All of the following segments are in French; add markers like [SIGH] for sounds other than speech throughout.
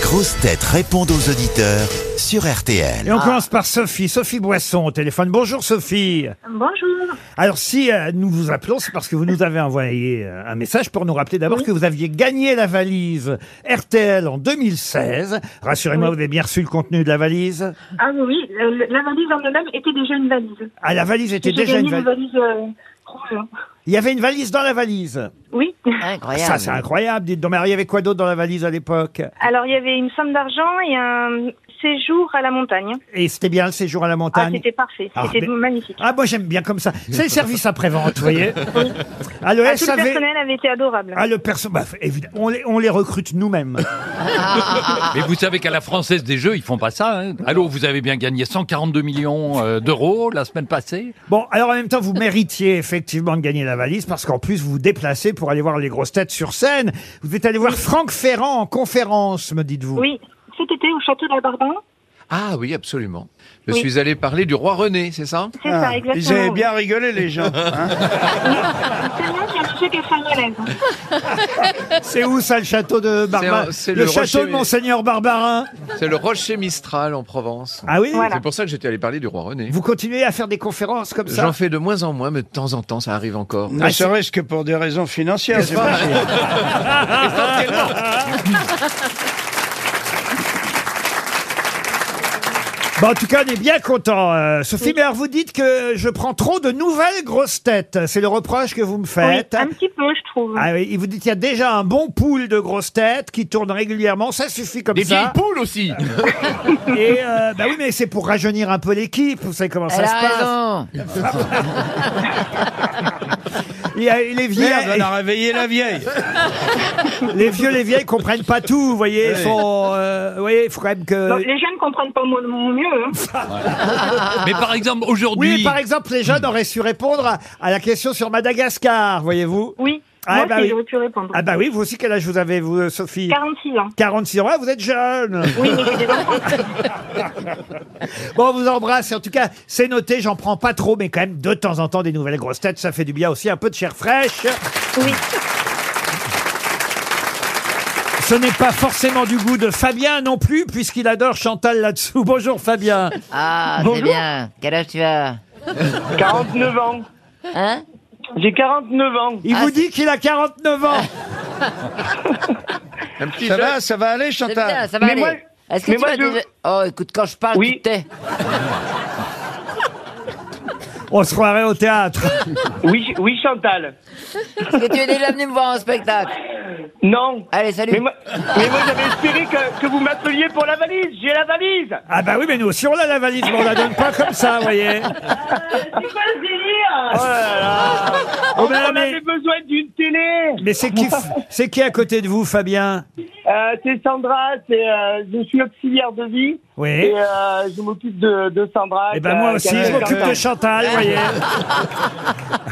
grosses têtes répondent aux auditeurs sur RTL. Ah. Et on commence par Sophie, Sophie Boisson au téléphone. Bonjour Sophie. Bonjour. Alors si euh, nous vous appelons, c'est parce que vous nous avez envoyé euh, un message pour nous rappeler d'abord que vous aviez gagné la valise RTL en 2016. Rassurez-moi, vous avez bien reçu le contenu de la valise. Ah oui, oui, euh, la valise en elle-même était déjà une valise. Ah, la valise était J'ai déjà gagné une valise. euh, rouge. Il y avait une valise dans la valise. Ah, Oui. [LAUGHS] Incroyable. Ça, c'est incroyable. Dites donc, mais alors, il y avait quoi d'autre dans la valise à l'époque Alors, il y avait une somme d'argent et un séjour à la montagne. Et c'était bien le séjour à la Ah, montagne. c'était parfait. Ah, c'était mais- magnifique. Ah, moi j'aime bien comme ça. C'est le service après-vente, vous voyez. Ah, le Ah, tout le SAV. personnel avait été adorable. Ah, le perso. bah, évidemment, on les, on les recrute nous-mêmes. Mais vous savez qu'à la française des jeux, ils font pas ça. hein. Allô, vous avez bien gagné 142 millions euh, d'euros la semaine passée. Bon, alors en même [LAUGHS] temps, vous méritiez effectivement de gagner la valise parce qu'en plus, vous vous déplacez pour aller voir les grosses têtes sur scène. Vous êtes allé voir Franck Ferrand en conférence, me dites-vous. Oui, cet été au château de la Barbin. Ah oui, absolument. Je Oui. suis allé parler du roi René, c'est ça C'est Ah, ça, exactement. Ils avaient bien rigolé, les gens. Tellement qu'il y a un monsieur qui a fait un [LAUGHS] malaise. C'est où ça, le château de Barbarin C'est un- c'est Le, le château rocher- de Monseigneur Barbarin. C'est le rocher Mistral en Provence. Ah oui Voilà. C'est pour ça que j'étais allé parler du roi René. Vous continuez à faire des conférences comme ça J'en fais de moins en moins, mais de temps en temps, ça arrive encore. Ne serait-ce que pour des raisons financières. c'est pas- Bon, en tout cas, on est bien content, euh, Sophie. Mais alors, vous dites que je prends trop de nouvelles grosses têtes. C'est le reproche que vous me Oui, faites. un petit peu, je trouve. Ah oui, il vous dit qu'il y a déjà un bon pool de grosses têtes qui tournent régulièrement, ça suffit comme Des vieilles ça. poules aussi. Et euh, bah oui, mais c'est pour rajeunir un peu l'équipe, vous savez comment ça Elle se a passe. raison. Il y a- les vieilles, Merde, on a réveillé la vieille. les vieux, les vieilles comprennent pas tout, vous voyez. ils Sont, euh, vous voyez, il faut quand même Bon, que. les jeunes comprennent pas mon mon mieux. hein. [LAUGHS] Mais par exemple, aujourd'hui, Oui, par exemple, les jeunes auraient su répondre à, à la question sur Madagascar, voyez-vous. Oui, Ah, moi bah aussi, oui. j'aurais pu répondre. Ah bah oui, vous aussi, quel âge vous avez, vous, Sophie 46 ans. 46 ans, Ah, vous êtes jeune. Oui, mais j'ai des enfants. [LAUGHS] Bon, on vous embrasse. En tout cas, c'est noté. J'en prends pas trop, mais quand même, de temps en temps, des nouvelles grosses têtes, ça fait du bien aussi. Un peu de chair fraîche. Oui. Ce n'est pas forcément du goût de Fabien non plus, puisqu'il adore Chantal là-dessous. [LAUGHS] Bonjour Fabien. Ah, c'est bien. Quel âge tu as 49 ans. Hein J'ai 49 ans. Il Ah, vous c'est- dit qu'il a 49 ans. Un petit Ça jeu. va, ça va aller, C'est bien, Chantal ça va Mais aller. moi- Est-ce que mais tu moi, as je- déjà... Oh, écoute, quand je parle, Oui. tu t'es. On se croirait au théâtre. Oui, oui Chantal. Est-ce que tu es déjà venu me voir en spectacle Non. Allez, salut. Mais moi, mais moi, j'avais espéré que, que vous m'appeliez pour la valise. J'ai la valise. Ah bah oui, mais nous aussi, on a la valise, mais on la donne pas comme ça, vous voyez. C'est quoi le délire Oh là là. Oh, On mais, non, mais- avait besoin d'une télé. mais c'est qui, c'est qui à côté de vous, Fabien Euh, c'est Sandra. C'est, euh, je suis auxiliaire de vie. Oui. Et euh, je m'occupe de, de Sandra. Eh qui ben a- moi qui aussi, a je m'occupe 40 ans. de Chantal, vous voyez.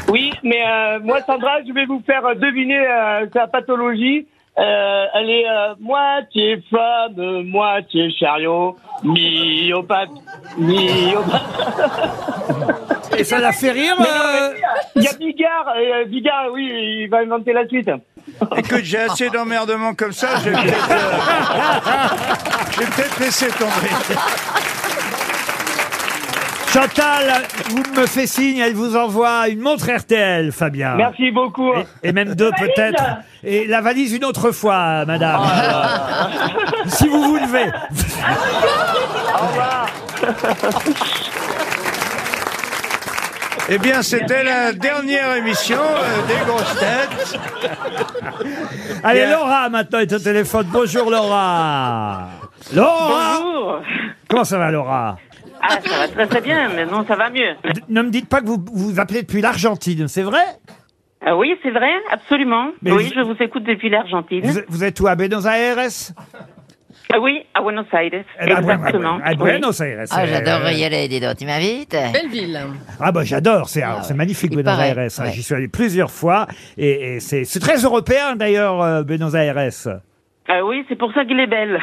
Oui, mais euh, moi, Sandra, je vais vous faire deviner euh, sa pathologie. Euh, elle est euh, moitié femme, moitié chariot, myopathe, myopathe. Et ça la fait rire. euh, Il y a Bigard, euh, Bigard, oui, il va inventer la suite. Écoute, j'ai assez d'emmerdements comme ça, je vais peut-être euh, je vais peut-être laisser tomber. Chantal, vous me faites signe, elle vous envoie une montre RTL, Fabien. Merci beaucoup. Et, et même deux peut-être. Et la valise une autre fois, madame. [LAUGHS] si vous vous levez. Eh bien, c'était la dernière émission euh, des grosses têtes. Allez, Bien. Laura maintenant est au téléphone. Bonjour Laura. Laura Bonjour. Comment ça va Laura Ah, ça va très très bien, mais non, ça va mieux. D- Ne me dites pas que vous vous appelez depuis l'Argentine, c'est vrai Ah oui, c'est vrai, absolument. Mais oui, je vous- vous écoute depuis l'Argentine. vous, vous êtes où à Buenos Aires Ah oui, à Buenos Aires. Eh ben, à Buen- à Exactement. Buen- À oui. Buenos Aires. Ah, c'est- j'adorerais y aller, dis donc. Tu m'invites Ah bah j'adore, c'est alors, ouais. c'est magnifique Il Buenos paraît, Aires. hein. ouais. J'y suis allé plusieurs fois et, et c'est c'est très européen d'ailleurs euh, Buenos Aires. Ah oui, c'est pour ça qu'il est belle.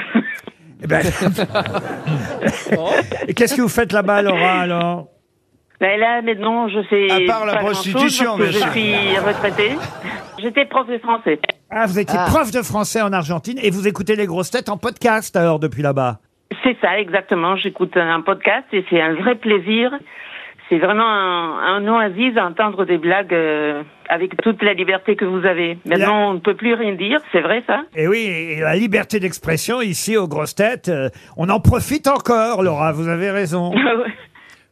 [LAUGHS] Eh ben- Et qu'est-ce que vous faites là-bas, Laura alors Mais là, maintenant, je sais. À part la pas grand-chose prostitution, parce que bien Je suis retraitée. J'étais prof de français. Ah, vous étiez Ah. prof de français en Argentine et vous écoutez les grosses têtes en podcast alors depuis là-bas. C'est ça, exactement. J'écoute un podcast et c'est un vrai plaisir. C'est vraiment un, un oasis à entendre des blagues euh, avec toute la liberté que vous avez. Maintenant, on ne peut plus rien dire. C'est vrai, ça Et Eh oui, et la liberté d'expression ici aux grosses têtes, euh, on en profite encore, Laura, vous avez raison.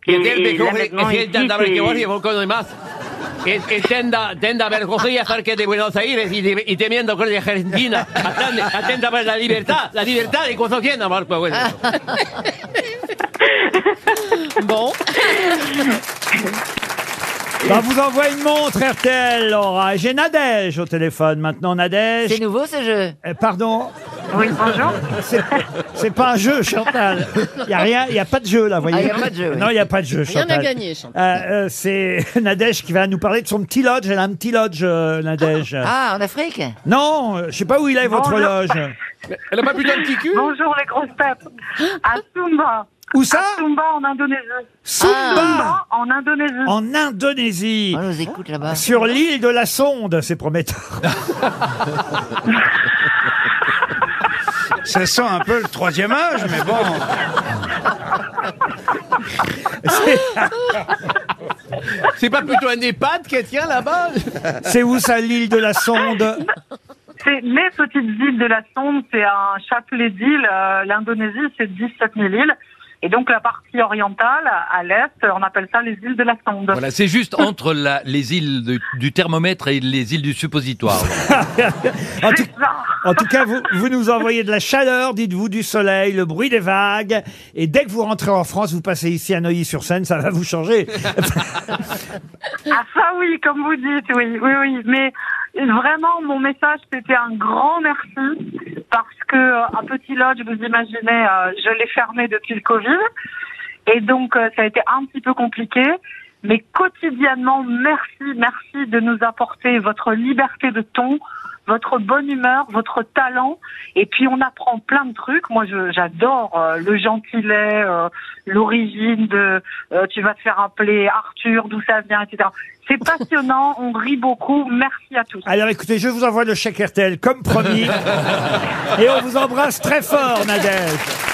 Et- et là, maintenant, ici, c'est- Bon. On Bah, vous envoie une montre, RTL, Laura. Et J'ai Nadège au téléphone maintenant, C'est Nadège. nouveau ce jeu. Euh, Pardon Oui, bonjour. c'est, c'est pas un jeu, Chantal. Il n'y a rien, il y a pas de jeu là, vous voyez. Ah, y a pas de jeu, oui. Non, il n'y a pas de jeu, Rien Chantal. à gagner, Chantal. Euh, euh, c'est [LAUGHS] Nadège qui va nous parler de son petit lodge. Elle a un petit lodge, euh, Nadège. Ah, en Afrique Non, euh, je sais pas où il est votre Non, non. loge. Elle a pas putain de petit cul Bonjour les grosses têtes. À Sumba. Où ça À Sumba en Indonésie. Sumba Sumba en Indonésie. en Indonésie. On nous écoute là-bas. Sur l'île de la Sonde, c'est [LAUGHS] prometteur. Ça sent un peu le troisième âge, mais bon. C'est pas plutôt un EHPAD qu'elle tient là-bas C'est où ça, l'île de la Sonde C'est les petites îles de la Sonde, c'est un chapelet d'îles. Euh, L'Indonésie, c'est 17 000 îles. Et donc la partie orientale, à l'est, on appelle ça les îles de la Sonde. Voilà, c'est juste entre la- les îles de- du thermomètre et les îles du suppositoire. en tout, C'est ça. en tout cas, vous, vous nous envoyez de la chaleur, dites-vous, du soleil, le bruit des vagues. Et dès que vous rentrez en France, vous passez ici à Neuilly-sur-Seine, ça va vous changer. Ah ça oui, comme vous dites, oui, oui, oui. Mais vraiment, mon message, c'était un grand merci parce que euh, un petit lodge, vous imaginez, euh, je l'ai fermé depuis le Covid. Et donc, euh, ça a été un petit peu compliqué. Mais quotidiennement, merci, merci de nous apporter votre liberté de ton, votre bonne humeur, votre talent. Et puis, on apprend plein de trucs. Moi, je- j'adore euh, le gentilet, euh, l'origine de euh, tu vas te faire appeler Arthur, d'où ça vient, etc. C'est passionnant, on rit beaucoup. Merci à tous. Alors écoutez, je vous envoie le chèque RTL, comme promis. Et on vous embrasse très fort, Nadège.